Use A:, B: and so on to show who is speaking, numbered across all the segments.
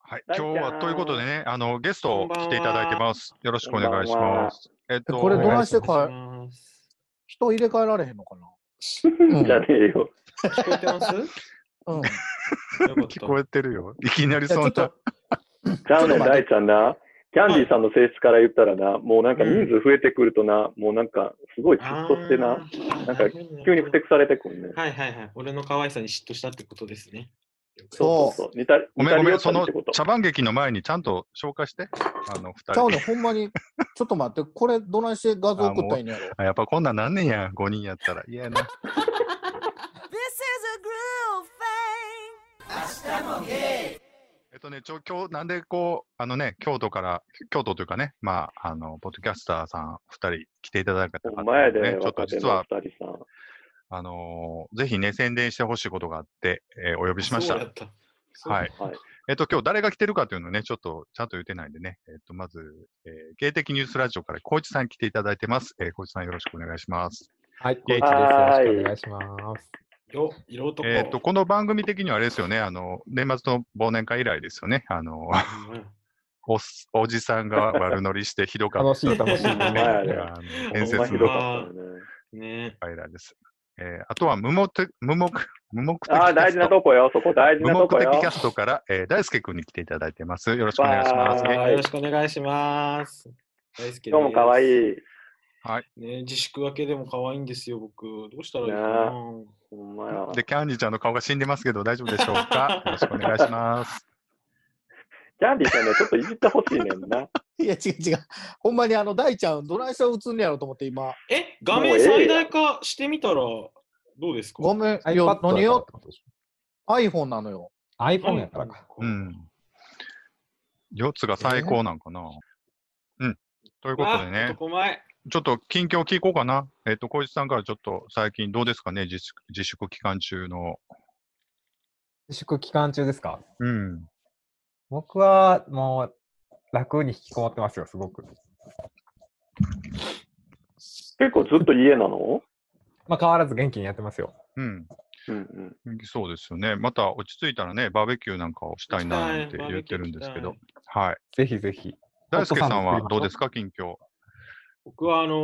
A: はい、
B: 大ちゃ
A: 今
B: ん
A: 日はということでね、あのゲス
B: こ
A: ト
B: んばんは
A: 来ていただいてます。よろしくお願いし
B: こんばん
A: ま
B: は
A: す。えっと、
C: これど
A: は
C: ないいして
B: お願います
C: 人入れ替えられへんのか
B: じゃねえよ。聞こえてます
C: なう
B: よ
C: ん。
B: かっ
A: 聞
B: た
A: こえてるよ。いきなり
C: いやち
A: そ
C: ょ
A: ん
C: っ
A: な
C: と、、
D: ちゃうねん、
C: ちょっと待
D: 大ちゃんな。キャンディーさんの性質から言ったらな、もうなんか人数増えてくるとな、もうなんかすごい嫉妬してな、
B: あー
D: なんか
B: るほど
D: 急にふてくされてくんね。
B: はいはいはい。俺の可愛さに嫉妬したってことですね。
C: そう
D: そうそう。似た
A: ごめんごめん、
D: 似た
A: そ
D: り寄
A: の
D: ったりってこと
A: 茶番劇の前にちゃんと紹介して、あの二
C: ちゃう
A: 人
C: ねん、ほんまに。ちょっと待って、これどないして画像送ったらいいのやろ。
A: あ。やっぱこんなんなんねんや、5人やったら。いやな。
E: This is a groove thing.
A: えっとね、ちょ今日なんでこう、あのね、京都から、京都というかね、まあ、あの、ポッドキャスターさん2人来ていただいた
D: ほ
A: 方
D: んまやで、
A: ね、ちょっと
D: 若手
A: 実
D: の
A: は、
D: 二人さん。
A: あのーぜひね、宣伝してほしいことがあって、えーお呼びしまし
B: そうだ
A: た。
B: った。そう
A: はい。
D: はい
A: えっと、今日誰が来てるかというのをね、ちょっとちゃんと言ってないんでね、えっと、まず、えー、芸的ニュースラジオから高一さん来ていただいてます。えー、高一さんよろしくお願いします。
F: はい、コーチです。よ
D: はーい
F: ろしくお願いします。
B: よ、色男。
A: えっと、この番組的にはあれですよね、あの、年末の忘年会以来ですよね、あの、
B: うん
A: おっおじさんが悪乗りしてひどかった。
F: 楽しい、楽しい。
A: ね
D: まやで
A: あの
D: ほ
A: 伝
D: んま
A: 説
D: ひ
A: の
D: どかったよね。
B: ね
A: イラーです。えーあとは無目的、無目、無目的
D: ああー、大事なとこよ、そこ大事
A: 無
D: なと
A: 目
D: こよ
A: 的キ。ャストから、えー大輔くんに来ていただいてます。よろしくお願いします。
D: わー
B: はい。よろしくお願いします。大好きです。
D: 今日も可愛い。
B: ね、自粛明けでも可愛いんですよ、僕。どうしたらいいか
D: ね
B: な。
D: ほんまや。
A: で、キャンディちゃんの顔が死んでますけど、大丈夫でしょう かよろしくお願いします。
D: キャンディーさんね、ちょっといじってほしいねんな。
C: いや、違う違う。ほんまにあの、大ちゃん、どないして映んねやろと思って、今。
B: え、画面最大化してみたらどうですか
C: ごめん、い
F: iPad だ
C: や
F: か、ら
C: 何
F: っ
C: よ
F: て、ことでし
C: iPhone なのよ。
F: ょ iPhone やからか。
A: うん。4つが最高なんかな、うん。ということで
B: あ
A: ね、
B: 男前。
A: ちょっと近況聞こうかな。えっ、と、小石さんからちょっと最近どうですかね自粛自粛期間中の。
F: 自粛期間中ですか
A: うん。
F: 僕はもう楽に引きこもってますよ、すごく。
D: 結構ずっと家なの
F: まあ変わらず元気にやってますよ。
A: うん。
D: うんうん。
A: そうですよね。また落ち着いたらね、バーベキューなんかをしたいななんて言ってるんですけど
B: 行き。
A: はい。
F: ぜひぜひ。
A: 大輔さんは
F: ホット
A: ど
F: サンド作りましょう
A: うですか近況。
B: 僕はあの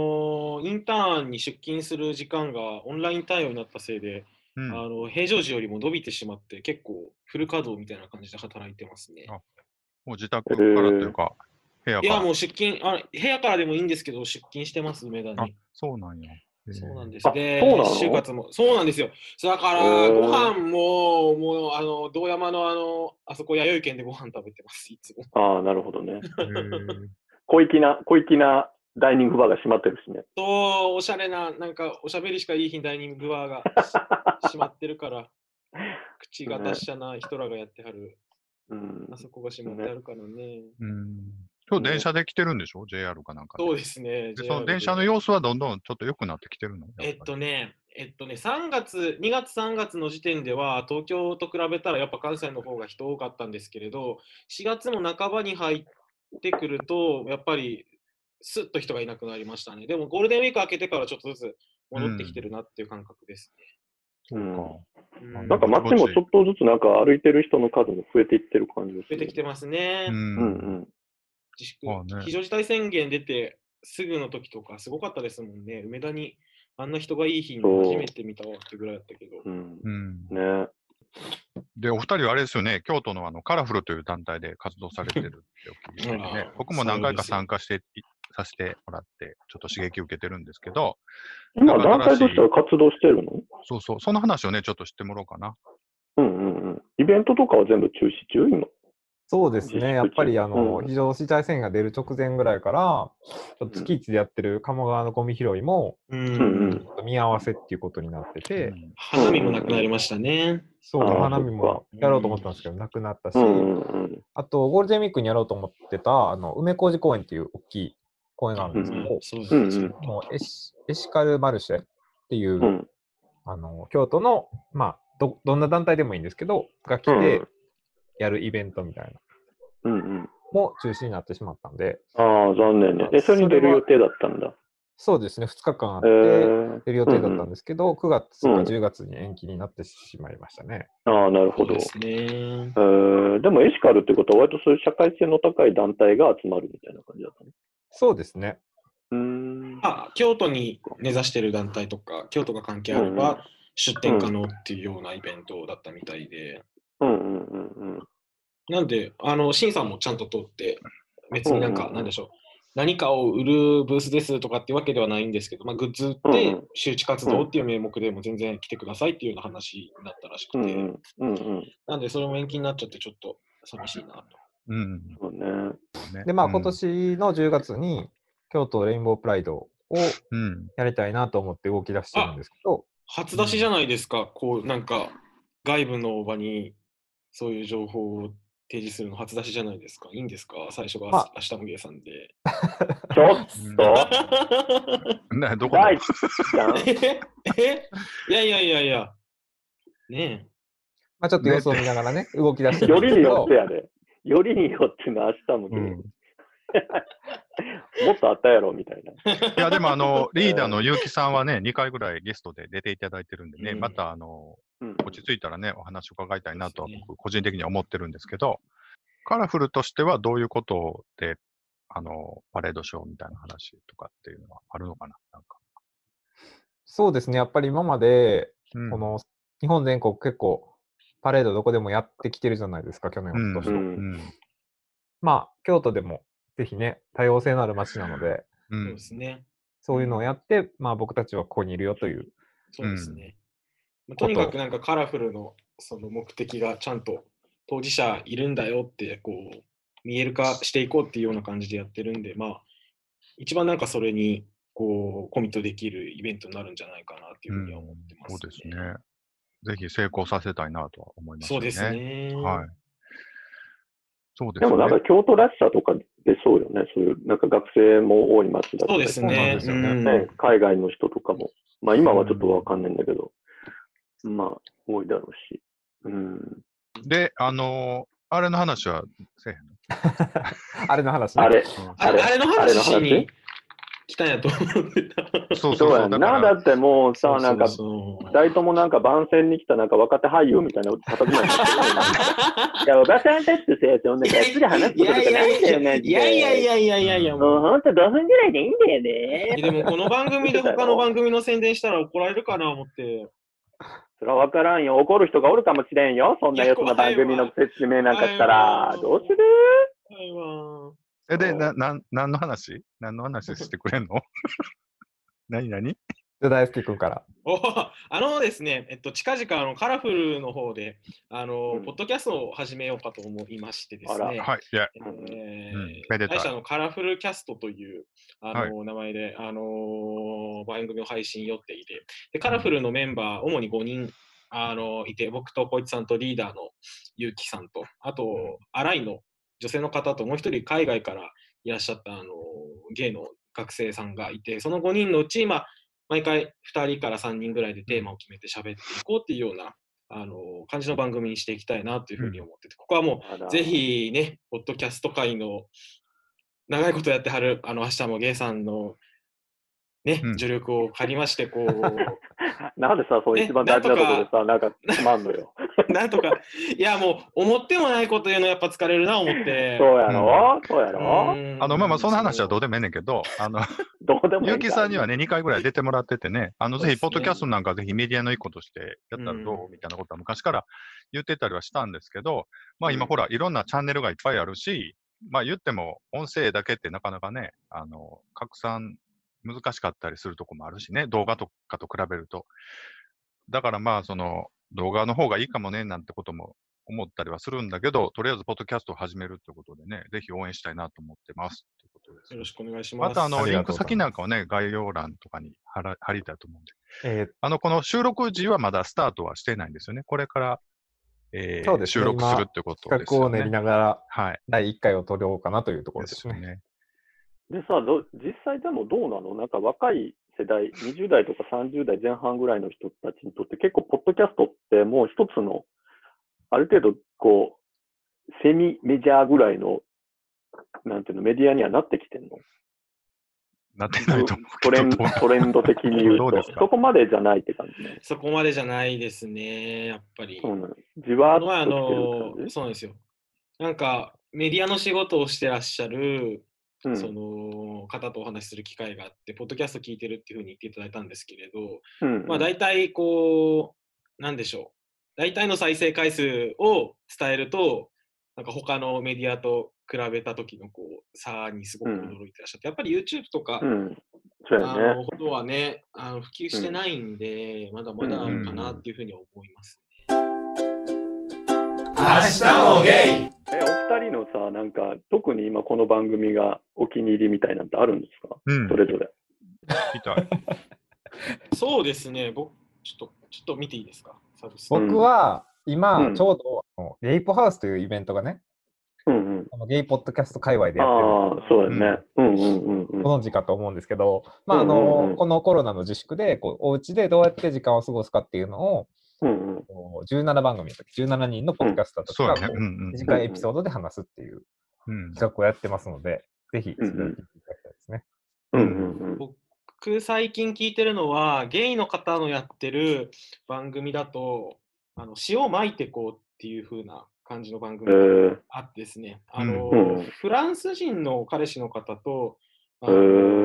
B: ーインターンに出勤する時間がオンライン対応になったせいで、
A: う
B: あ
A: ん。
B: の平常時よりも伸びてしまって、結構フル稼働みたいな感じで働いてますね。
A: あもう自宅からというか、部屋
B: い
A: か
B: や、
A: ら。
B: もう出勤あ、部屋からでもいいんですけど、出勤してます、梅田
A: あ
B: に。
A: そうなんや。
B: そうなん
A: で
B: です。
D: あ
B: で
D: そうな、の
B: 就活も。そうなんですよ。だから、
D: へー
B: ご飯も、もう、あの、道山の、あの、あそこ、弥生県でご飯食べてます、いつも。
D: ああ、なるほどね。
A: す。
D: 小粋な、小粋なダイニングバーが閉まってるしね。
B: と、おしゃれな、なんか、おしゃべりしかいい日にダイニン グバーが閉まってるから、口が達者な人らがやってはる、
D: うん
B: あそこが閉まってあるからね。
A: うん今日電車で来てるんでしょ ?JR かなんかで。
B: そうですね。
A: で
B: JR
A: その電車の様子はどんどんちょっと良くなってきてるのやぱり
B: えっとね、えっとね、3月、2月、3月の時点では、東京と比べたらやっぱ関西の方が人多かったんですけれど、4月も半ばに入ってくると、やっぱりすっと人がいなくなりましたね。でもゴールデンウィーク明けてからちょっとずつ戻ってきてるなっていう感覚です
A: そうか。
B: ね。
A: うん
D: なんか街もちょっとずつなんか歩いてる人の数も増えていってる感じです
B: 出
D: ね。
B: てきてますね。
A: うん
D: うんうん。
B: 自
A: まあ
B: 粛、
A: ね
B: 非常事態宣言出てすぐの時とか、すごかったですもんね。梅田にあんな人がいい日に
D: そう
B: 初めて見たわってぐらいだったけど。
D: うん
A: うん
D: ね
A: で、お二人はあれですよね、京都のあのカラフルという団体で活動されてるってお聞きしてて
B: あ
A: ね
B: ら、
A: 僕も何回か
B: そうですよ
A: 参加していさせてもらって、ちょっと刺激を受けてるんですけど、
D: 今、団体としては活動してるの
A: そうそう、その話をね、ちょっとしてもらおうかな。
D: うんうんうん。イベントとかは全部中止中今。
F: そうです
D: 自粛
F: ね、やっぱりあの、
D: うん
F: 非常事態宣言が出る直前ぐらいから、ちょっと月一でやってる鴨川のゴミ拾いも、
B: う
D: うん
F: ちょっと見合わせっていうことになってて、
A: うん
B: 花見もなくなりましたね。
F: そう、
D: あー
F: 花見も
B: そっか
F: やろうと思ったんですけど、なくなったし、
D: うんうんうん。
F: あと、ゴールデンウィークにやろうと思ってた、あの、梅小路公園っていう大きい公園があるんですけど、
B: そう
D: うん
B: です
D: う
B: ね
D: ん
F: もうエシエシカルマルシェってい
D: う
F: う、
D: ん
F: あの、京都の、まあ、ど、どんな団体でもいいんですけど、が来て
D: うん
F: やるイベントみたいな、
D: うんうん。
F: も中止になってしまったんで、
D: ああ、残念ね。え、それに出る予定だったんだ。
F: そうですね、2日間あっ
D: え
F: て、
D: ー、
F: やる予定だったんですけど、9月か
D: うん
F: 10月に延期になってしまいましたね。
D: ああ、なるほ
B: そう
D: ど。
B: ですね。
D: えーでもエシカルってことは、割とそういう社会性の高い団体が集まるみたいな感じだったね。
F: そうですね。
D: うーん。
B: まあ、京都に根ざしてる団体とか、京都が関係あれ
D: うん
B: ば出店可能っていうようなイベントだったみたいで、
D: うんうんうん
B: なんで、あの、審査もちゃんと通って、別になん
D: うん
B: か
D: う、んうん
B: なんでしょう、何かを売るブースですとかってわけではないんですけど、まあ、グッズ
D: うんう
B: で
D: ん
B: 周知活動っていう名目でも全然来てくださいっていうような話になったらし
D: う
B: く
D: ん。うん
B: て、
D: うん。うんうん。
B: なんでそれも延期になっちゃって、ちょっと寂しいなと。
A: うん。
D: そうね。
F: で、まあ
A: うん
F: 今。年の10月に京都レインボープライドを
A: うん。
F: やりたいなと思って動き出してるんですけど、
B: 初出しじゃないですか、こう、なんか、外部の場にそういう情報を提示するの初出しじゃないですか。いいんですか最初が
F: あ
B: 明日の芸さ んで。
D: ちょっと、
A: などこの
D: 大ちゃん。
B: ええ いやいやいやいや。ねえ。
F: まあちょっと様子を見ながらね、動き出してる
D: よ
F: んで
D: り
F: す
D: に
F: け
D: よ
F: ど
D: って、やで。よりによっての明日も、
A: うん
D: もっとあったやろみたいな。
A: いや、でもあの、リーダーの結城さんはね、2回ぐらいゲストで出ていただいてるんでね、
B: うん
A: またあの、
D: うん
A: 落ち着いたらね、お話を伺いたいなとは
B: そうです
A: 僕、個人的には思ってるんですけど、カラフルとしてはどういうことで、あの、パレードショーみたいな話とかっていうのはあるのかななんか。
F: そうですね、やっぱり今まで、
A: うん
F: この日本全国結構パレードどこでもやってきてるじゃないですか、去年、
A: うん
F: 今年
D: う。
A: う
F: と。
A: んん。
F: まあ京都でもぜひね、多様性のある街なので、
A: う
B: そうんで。すね。
F: そういうのをやって、まあ僕たちはここにいるよと いう、
B: そうですね。まあとにかくなんかカラフルのその目的がちゃんと当事者いるんだよってこう見える化していこうっていうような感じでやってるんで、まあ、一番なんかそれにこうコミットできるイベントになるんじゃないかなっていうふうには思ってます、
A: そうですね。。ぜひ成功させたいなとは思います
B: そう
A: よね。
B: ですね。
A: はい。そうです
D: で
A: ね。
D: もなんか京都らしさとか出そうよね。そういう、なんか学生も多い街だった
B: そう
D: り
B: で
D: と
B: す
D: か
B: ね。
F: そうなん
B: うん
F: ですよ
D: ね海外の人とかも。まあ今はちょっとわかんないんだけど、まあ多いだろうし。うん。
A: で、あのーあれの話はせえへん
F: あれの話、ね、
D: あれ、
A: の、
B: あれあれの
D: あれの
B: 話
D: 話
B: しに来たんやと思ってた。
A: そうそう
D: そう
A: そ
D: や
A: う。
D: んな。
A: だか
D: だ
A: ら、
D: ってもうさ、なんか、
B: そうそうそう
D: 二人ともなんか番宣に来たなんか若手俳優みたいな形なんだ けどいや、おばさんたちと生徒んでがっつり話す
B: い
D: こと
B: や
D: と
B: い
D: かな
B: や
D: いんだよね。
B: いやいやいやいやいやいや、
D: もう
B: もう。
D: ほんと5分ぐらいでいいんだよね。
B: えでもこの番組で他の番組の宣伝したら怒られるかな思 って。
D: それは分からんよ。怒る人がおるかもしれんよ。そんなよその番組の説明なんかしたら
B: いや怖いわ。
D: どうする
B: はいわ
A: え、で、な、なん、何の話何の話してくれんの 何何
F: じゃあ大輔君から。
B: お あのですね、えっと、近々あのカラフルの方で、あの、
D: うん
B: ポッドキャストを始めようかと思いましてです
D: あ
B: ね。
D: ら
A: はい、いや、
B: え
A: うん
B: ー
A: めでたい
B: 会社のカラフルキャストというあの、名前で、あのー番組を配信予定でで、カラフルのメンバー、主に5人、あのいて、僕と小一さんとリーダーのゆうきさんと、あと、新井の女性の方と、もう一人海外からいらっしゃった、あのーゲイの学生さんがいて、その5人のうち、今、毎回2人から3人ぐらいでテーマを決めて喋っていこうっていうような、あのー感じの番組にしていきたいなというふうに思ってて、ここはもう、
D: あら
B: ぜひね、ポッドキャスト界の長いことやってはる、あの、明日もゲイさんのね
A: うん、
B: 助力を借りまして、こう、
D: なんでさ、そういう一番大事なところでさ、なんかつまんのよ。
B: なんとか、いや、もう、思ってもないこと言うのやっぱ疲れるな、思って。
D: そうやろそうやろ
B: あ
A: あの、まあまあ、その話はどうでもええねんけど、あの、
D: どうでもいい
A: ゆうきさんにはね、2回ぐらい出てもらっててね、あの、
B: そう
A: ぜ
B: で
A: ひ、
B: すね
A: ポッドキャストなんかぜひメディアの一個としてやったらど
B: う
A: うんみたいなことは昔から言ってたりはしたんですけど、まあ
D: う
A: 今
D: ん
A: ほら、いろんなチャンネルがいっぱいあるし、まあ言っても音声だけってなかなかね、あの、拡散難しかったりするとこもあるしね、動画とかと比べると。だからまあ、その、動画の方がいいかもね、なんてことも思ったりはするんだけど、とりあえずポッドキャストを始めるってことでね、ぜひ応援したいなと思ってます。ということです
B: よろしくお願いしま。
A: ますたあの、
F: あり
A: リン
F: が
A: ク
F: とうござ
A: 先
F: います
A: なんかをね、概要欄とかに貼ら 貼りたいと思うんで。
F: え
A: あの、この収録時はまだスタートはしてないんですよね。これから、えー
F: そうですね
A: 収録するってこと
F: ー
A: で
F: 企
A: す
F: 画
A: よ
F: を練
A: ね。
F: りながら
A: はい。
F: 第1回を取ろうかなというところですね。
A: ね。
D: でさ、ど実際でもどうなのなんか若い世代、20代とか30代前半ぐらいの人たちにとって結構、ポッドキャストってもう一つの、ある程度、こう、セミメジャーぐらいの、なんていうの、メディアにはなってきてんの
A: なってないと思うけ
D: トレ
A: ど
D: ン
A: どう
D: トレンド的に言う
A: どう
D: と
A: ですか
D: そこまでじゃないって感じね。
B: そこまでじゃないですね、やっぱり。
D: そうなのじわー
B: こ
D: っ
B: の前、あ
D: と
B: の
D: してる感、じ
B: そうなんですよ。なんか、メディアの仕事をしてらっしゃる、
D: うん
B: その方とお話しする機会があって、ポッドキャスト聞いてるっていうふうに言っていただいたんですけれど、
D: うん
B: まあ、大体こう、なんでしょう。大体の再生回数を伝えると、なんか他のメディアと比べた時のこう差にすごく驚いてらっしゃって、やっぱり YouTube とか、
D: うん、そうや
B: あ
D: ね。
B: のことはね、あの普及してないんで、まだまだあるかなっていうふうに思います。
D: え、お二人のさ、なんか、特に今この番組がお気に入りみたいなんてあるんですか
A: うん、
D: それぞれ。
A: 聞きたい。
B: そうですね、僕、ちょっと、ちょっと見ていいですか、サブスク。
F: 僕は今、
D: うん
F: ちょうどあのゲイポハウスというイベントがね、
D: うんうん。
F: あのゲイポッドキャスト界隈でやってる。
D: ああ、そうやね。うんうんうんうん。
F: ご存知かと思うんですけど、まああ
D: うんうんう
F: の
D: ん
F: このコロナの自粛でこうお家でどうやって時間を過ごすかっていうのを
D: うんうん。
F: こう17番組の時17人のポッドキャスターたち
A: そうや
F: が
A: ね。
F: こ
A: う
F: うん短いエピソードで話すっていう
A: うん。うん。
F: 企画をやってますので、ぜひそれを聞いていただきたいですね。
D: うんうん
B: 僕、最近聞いてるのは、ゲイの方のやってる番組だと、あの塩まいてこうっていうふうな感じの番
D: うん。え
B: 組が
D: ー、
B: あってですね、あの、
D: うん
B: フランス人の彼氏の方と、あ
D: えー、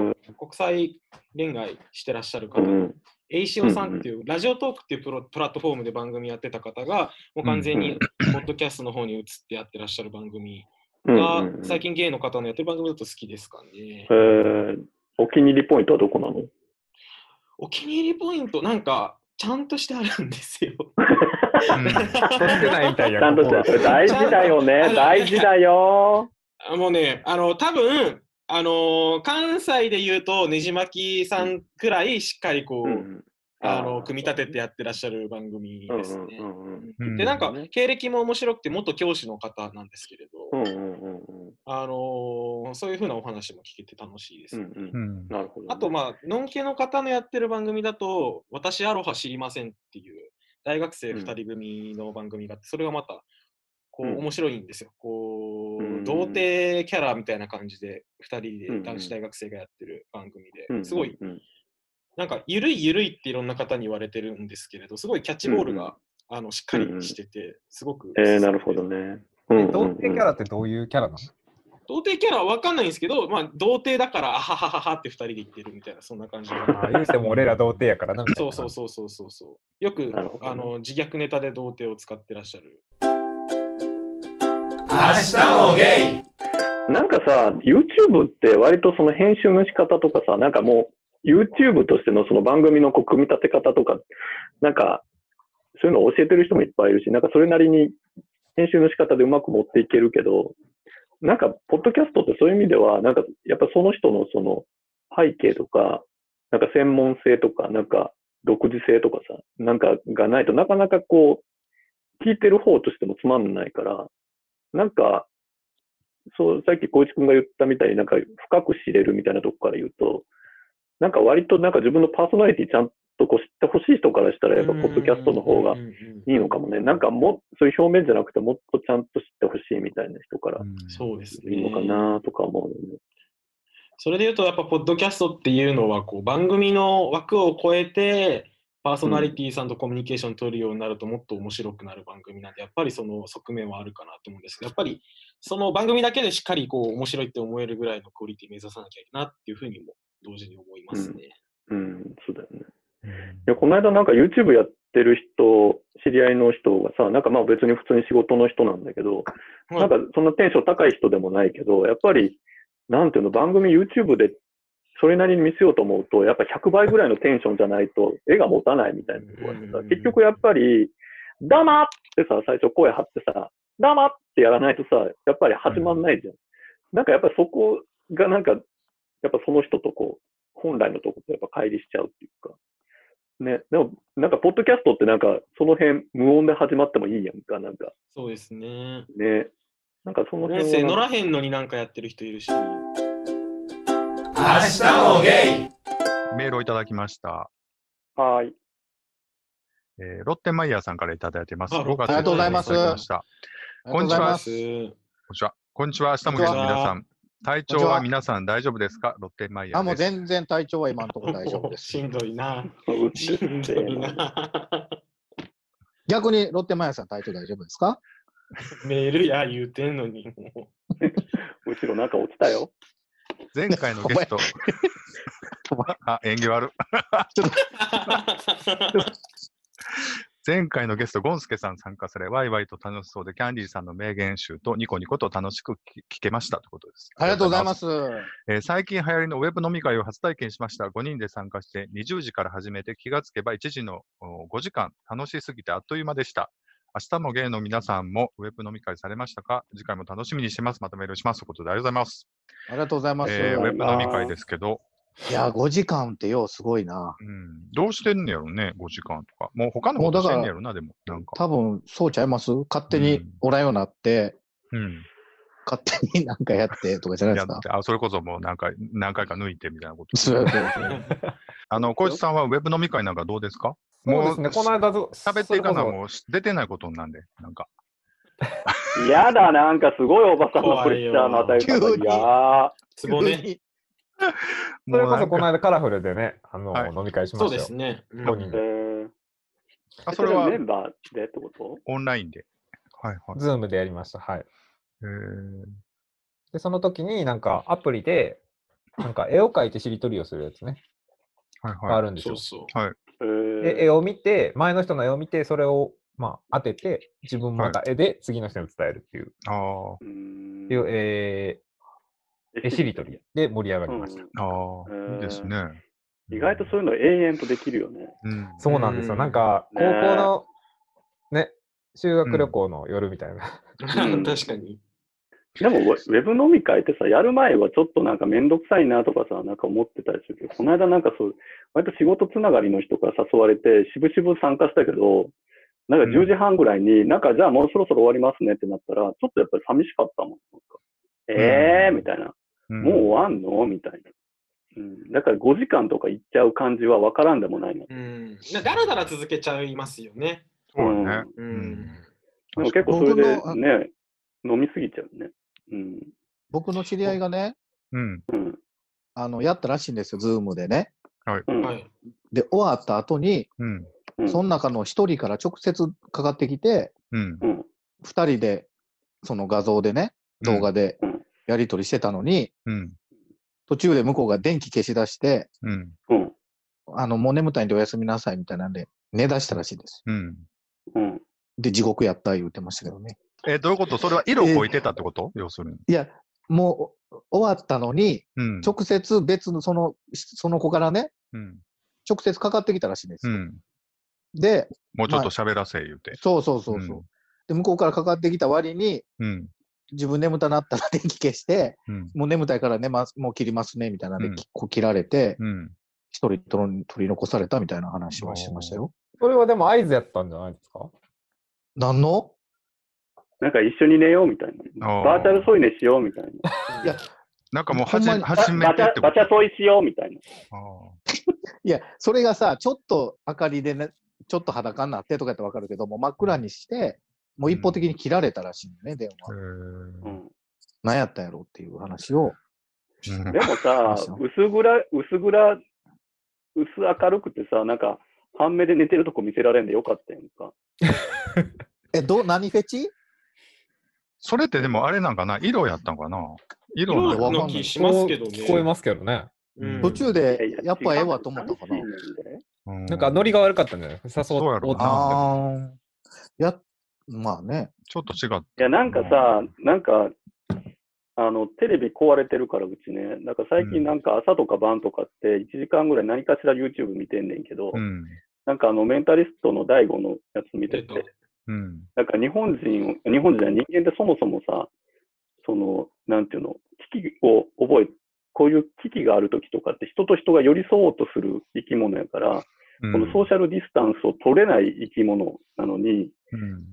B: の国際恋愛してらっしゃる
D: う
B: 方
D: ん。
B: エイシオさんっていう、ラジオトークっていうプロプラットフォームで番組やってた方が、もう完全
D: う
B: に
D: ん
B: ポッドキャストの方に移ってやってらっしゃる番組
D: うん
B: が、
D: うんうん。
B: 最近ゲイの方のやってる番組だと好きですかね
D: え。ー、お気に入りポイントはどこなの
B: お気に入りポイント、なんか、ちゃんとしてあるんで すよ。
F: とってないみたいや
D: ちゃんとして、それ大事だよね。大事だよ。
B: あもうね、あの、多分あのー関西で言うと、ねじ巻きさんくらいしっかりこ う、
D: うん。
B: あの組み立ててやってらっしゃる番組
D: うんう
B: ですね。
D: んうんうん。
A: うん
B: で、なんか
D: うん、
B: 経歴も面白くて、元教師の方なんですけれ
D: う
B: ど、
D: んうんうんうん。
B: あのーそういうふうなお話も聞けて楽しいです。
D: うんうん
A: うん。
D: なるほどね、
B: あと、まあ、のんけの方のやってる番組だと、私アロハ知りませんっていう、大学生
D: うん
B: 2人組の番組があって、それがまた、こう、
D: うん
B: 面白いんですよ。こう、
D: うん
B: 童貞キャラみたいな感じで、2人
D: うんう
B: で
D: ん
B: 男子大学生がやってる番組
D: うんうんう
B: で、
D: ん
B: すごい、。なんか、ゆるいゆるいっていろんな方に言われてるんですけれど、すごいキャッチボールが、あの、しっかりしてて、すごく。
D: えー、なるほど。ね。うんうんうん
F: 童貞キャラってどういうキャラなの
B: 童貞キャラは分かんないんですけど、まあ、童貞だから、あははははって2人で言ってるみたいな、そんな感じの。
F: あー言うても俺ら童貞やからなみたい
B: そ
F: な。
B: うそうそうそうそうそう。よく、
D: なるほどね
B: あの自虐ネタで童貞を使ってらっしゃる。
D: なんかさ、YouTube って割とその編集の仕方とかさ、なんかもう YouTube としてのその番組のこう組み立て方とか、なんかそういうのを教えてる人もいっぱいいるし、なんかそれなりに編集の仕方でうまく持っていけるけど、なんかポッドキャストってそういう意味では、なんかやっぱその人のその背景とか、なんか専門性とか、なんか独自性とかさ、なんかがないとなかなかこう、聞いてる方としてもつまんないから、なんかそう、さっき光一君が言ったみたいになんか深く知れるみたいなとこから言うと、なんか割となんか自分のパーソナリティちゃんとこう知ってほしい人からしたらやっぱポッドキャストの方が
B: うんうんうん
D: いいのかもね。なんかもう、そういう表面じゃなくてもっとちゃんと知ってほしいみたいな人から
A: うん
B: そうです
D: い
B: ね。
D: いのかなとか思うよね。
B: それで言うと、やっぱ、ポッドキャストっていうのはこう、番組の枠を超えて、パーソナリティさんとコミュニケーション取るようになると、もっと面白くなる番組なんで、やっぱりその側面はあるかなと思うんですけど、やっぱり、その番組だけでしっかりこう面白いって思えるぐらいのクオリティ目指さなきゃいけないなっていうふうにも同時に思いますね。
D: うん、そうだよね。いや、この間なんか YouTube やってる人、知り合いの人がさ、なんかまあ別に普通に仕事の人なんだけど、
B: は
D: ないんかそんなテンション高い人でもないけど、やっぱり、なんていうの、番組 YouTube でそれなりに見せようと思うと、やっぱ100倍ぐらいのテンションじゃないと絵が持たないみたいなところがあってさ
B: うん
D: 結局やっぱり、ダマってさ、最初声張ってさ、ダマってやらないとさ、やっぱり始まんないじゃん。なんかやっぱそこがなんか、やっぱその人とこう、本来のとことやっぱ乖離しちゃうっていうか。ね、でも、なんか、ポッドキャストってなんか、その辺、無音で始まってもいいやんか、なんか、
B: そうですね。
D: ね。なんか、その
B: 音
D: 辺
B: 声
D: は
B: 乗らへんのになんかやってる人いるし。
A: メールをいただきました。
D: はーい。
A: えーロッテンマイヤーさんからいただいてます。
B: あ
A: 5月
B: ありがとうござい
C: ます
A: ただきました。
C: ありがとうございます
A: こんにちは。こんにちは。明日もゲストの皆さん、体調は皆さん大丈夫ですかロッテンマイヤ
C: あ、も
A: ー
C: う
A: です。
C: 全然体調は今のところ大丈夫 です。
B: しんどいな。
D: う
B: し
D: ち
B: んどいな。
C: 逆にロッテマイヤーさん体調大丈夫ですか
B: メールや言うてんのに、も
D: 後ろなんか落ちたよ。
A: 前回のゲスト。あ、演技悪い。
B: う。
A: 前回のゲスト、ゴンスケさん参加され、ワイワイと楽しそうで、キャンディーさんの名言集とニコニコと楽しく聞聞けましたということです。。
C: ありがとうございますす。
A: えー最近流行りのウェブ飲み会を初体験しました。5人で参加して、20時から始めて気がつけば1時のお5時間、楽しすぎてあっという間でした。明日も芸の皆さんもウェブ飲み会されましたか次回も楽しみにしてます。またメールします。ということでありがとうございます。
C: ありがとうございます。
A: えーウェブ飲み会
C: い
A: ですけど、
C: や、5時間ってようすごいな。
A: うん、どうしてんねやろね、5時間とか。もう他の
C: も
A: こ
C: うだ
A: とし
C: か
A: てん
C: ら
A: ねやろな、でも。なんか。
C: 多分そうちゃいます勝手
A: う
C: に
A: ん
C: おらんようになって、
A: うん。
C: 勝手になんかやってとかじゃないで
A: やっ
C: すか。
A: て、あ、それこそもう何回、何回か抜いてみたいなこと。
C: そう
A: あの、小石さんはウェブ飲み会なんかどうですか
F: そうですね、この間ぞ、
A: 喋っていかな、
F: それこ
A: もう出てないことになんで、なんか。
D: やだ、なんかすごいおばさんのプレッシャーの与え
C: 怖
D: 方。
C: いよ
D: いや
B: つぼね。
F: そ。そ
A: も
F: れ
A: う
F: こ
A: な
F: そ
A: ん
F: この
A: か
F: 間カラフルでね、あの、
A: はい
F: 飲み会しま
B: そう
F: し
B: で
F: た
B: す
F: よ。
B: ね。うん
F: 五人
D: ー、え
F: で。
D: ー、
A: あそ
D: それ
A: れは
D: メンバーでってこと
A: オンラインで。はいはい。
F: ズームでやりました。はい。
A: えー
F: で、その時になんかアプリで、なんか絵を描いてしりとりをするやつね、
A: はい
F: が
A: は
F: あ
A: い。
F: るんです
B: そ
F: よ
B: う。そう。
D: え
F: で、
D: ー、
F: 絵を見て、前の人の絵を見て、それを、まあ、当てて、自分もまた絵で次の人に伝えるっていう、
A: あー
D: う
F: っていう
D: ーん
F: えー絵しりとりで盛り上がりました。
A: あー、いいですね。
D: うん意外とそういうの延々とできるよね。
A: うん。
F: そうなんですよ。
B: うん
F: なんか、高
D: ねえ
F: 校の、ね、修学旅行の夜みたいな。
D: ん
B: 確かに。
D: でもウェ、ウェブ飲み会ってさ、やる前はちょっとなんかめんどくさいなとかさ、なんか思ってたりするけど、この間なんかそう、割と仕事つながりの人から誘われて、しぶしぶ参加したけど、なんか
A: うん
D: 10時半ぐらいに、なんかじゃあもうそろそろ終わりますねってなったら、ちょっとやっぱり寂しかったもん。なんかえー、みたいな。
A: うん
D: もう終わんのみたいな。うん、だから5時間とか行っちゃう感じはわからんでもないな。
B: うん。なだらだら続けちゃいますよね。
A: そうね。
B: う。
A: うんん。
D: でも結構それで
C: 僕のあ
D: ね、飲みすぎちゃうね。うん。
C: 僕の知り合いがね、
A: うん。
D: うん。
C: あの、やったらしいんですよ、ズームでね。
D: うん。
B: はい。
C: で、終わった後に、
A: うん。
D: うん
C: その中の一人から直接かかってきて、
A: うん。
D: うん。
C: 二人で、その画像でね、動画で
D: うん
C: やり取りしてたのに、
A: うん。
C: 途中で向こうが電気消し出して、
A: うん。
D: うん。
C: あの、もう眠たいんでおやすみなさいみたいなんで、寝出したらしいです。
A: うん。
D: うん。
C: で、地獄やった言ってましたけどね。
A: えー、どういうことそれは色を超えてたってこと要するに。
C: いや、もうお終わったのに、
A: うん。
C: 直接別の、その、その子からね、
A: うん。
C: 直接かかってきたらしいんです
A: う
C: よ。
A: ん。
C: で、
A: もうちょっと喋らせ、言うて。
C: そうそうそうそう、
A: うん
C: で、向こうからかかってきた割に、
A: うん。
C: 自分眠たなったら電気消して、
A: うん。
C: もう眠たいから寝ます、もう切りますね、みたいなんで、
A: うん
C: きこう切られて、
A: うん。
C: 一、人取り取り残されたみたいな話はしてましたよ。
F: それはでも合図やったんじゃないですか
C: 何の
D: なんか一緒に寝ようみたいな。
A: あー
D: バーチャル添い寝しようみたいな。
C: いや、
A: なんかもうはじ、
C: ほんまに
A: 始め
D: バ
A: て
D: チャ
A: ってこ
D: バチ
A: と
D: ャ添いしようみたいな。
A: あ
C: いや、それがさ、ちょっと明かりでね、ちょっと裸になってとかやってわかるけど、もう真っ暗にして、もう一方的に切られたらしいのね、電
A: ー
C: 話。
A: へ
C: 何やったんやろうっていう話を。
A: ー
D: うん、でもさ
C: そう、
D: 薄暗、薄暗、薄明るくてさ、なんか半目で寝てるとこ見せられんでよかったやんか。
C: え、どう、何フェチ
A: それってでもあれなんかな色やったんかな色なんか
B: 色の気しますけどね。
F: 聞こえますけどね。
B: うん
C: 途中で
D: いい、
C: やっぱええわと思ったかな
D: 違う。違う
A: うん
F: なんかノリが悪かったんじゃないですか誘
A: そうやろ
F: お
A: う
F: うと思
C: ああ。
F: っ
C: や、まあね。
A: ちょっと違った。
D: いや、なんかさ、なんか、あの、テレビ壊れてるから、うちね。なんか最
A: うん
D: 近なんか朝とか晩とかって1時間ぐらい何かしら YouTube 見てんねんけど、
A: うん。
D: なんかあの、メンタリストの第五のやつ見てて、
A: うん。
D: なんか日本人を、日本人は人間ってそもそもさ、その、なんていうの、危機を覚え、こういう危機があるときとかって人と人が寄り添おうとする生き物やから、
A: うん
D: このソーシャルディスタンスを取れない生き物なのに、
A: うん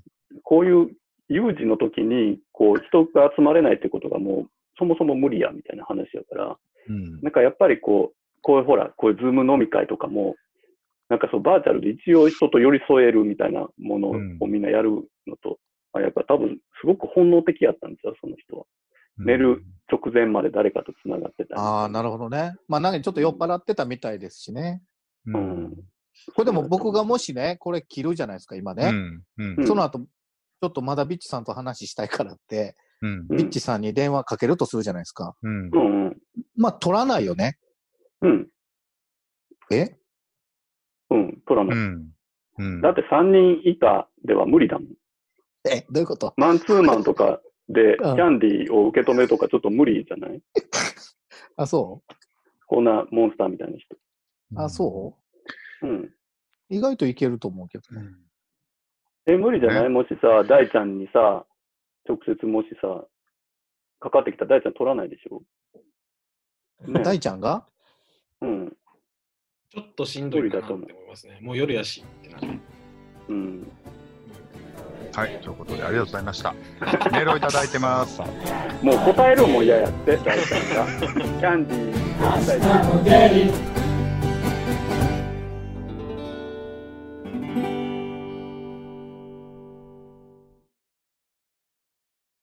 D: こういう有事の時に、こう、人が集まれないってことがもう、そもそも無理や、みたいな話やから、
A: うん
D: なんかやっぱりこう、こういうほら、こういうズーム飲み会とかも、なんかそう、バーチャルで一応人と寄り添えるみたいなものをみんなやるのと、あやっぱ多分、すごく本能的やったんですよ、その人は。
A: うん
D: 寝る直直前まで誰かとつながってたり。
C: ああ、なるほどね。まあ、なんかちょっと酔っ払ってたみたいですしね。
A: う。
D: うんん。
C: これでも僕がもしね、これ着るじゃないですか、今
A: う
C: ね。
A: ん。う
D: うん
A: ん。
C: その後、ちょっとまだビッチさんと話したいからって、
A: うん。
D: うん
C: ビッチさんに電話かけるとするじゃないですか。
A: うん
D: う。んうん。
C: まあ、取らないよね。
D: うん。
C: え
D: うん。取ら
A: う
D: ない。
A: ん。うん
D: だって3人以下では無理だもん。
C: え、どういうこと
D: マンツーマンとかでキ
C: うん
D: ャンディーを受け止めるとかちょっと無理じゃない
C: あ、そ
D: こんなモンスターみたいな人。
C: うあ、そう
D: うん。
C: う意外といけると思うけどね。
A: ん
D: え、無理じゃない、
A: ね
D: もしさ、大ちゃんにさ、直接もしさ、かかってきたら大ちゃん取らないでしょ、ね、
C: 大ちゃんが
D: うん。
B: ちょっとしんどいかなって思いますね。もう夜やしってなる。
D: うん。
A: はい。ということで、ありがとうございました。メールをいただいてます。
D: もう答えるも嫌やって、大ちゃんが。キャンディーを答え
G: Spaghetti,
D: て。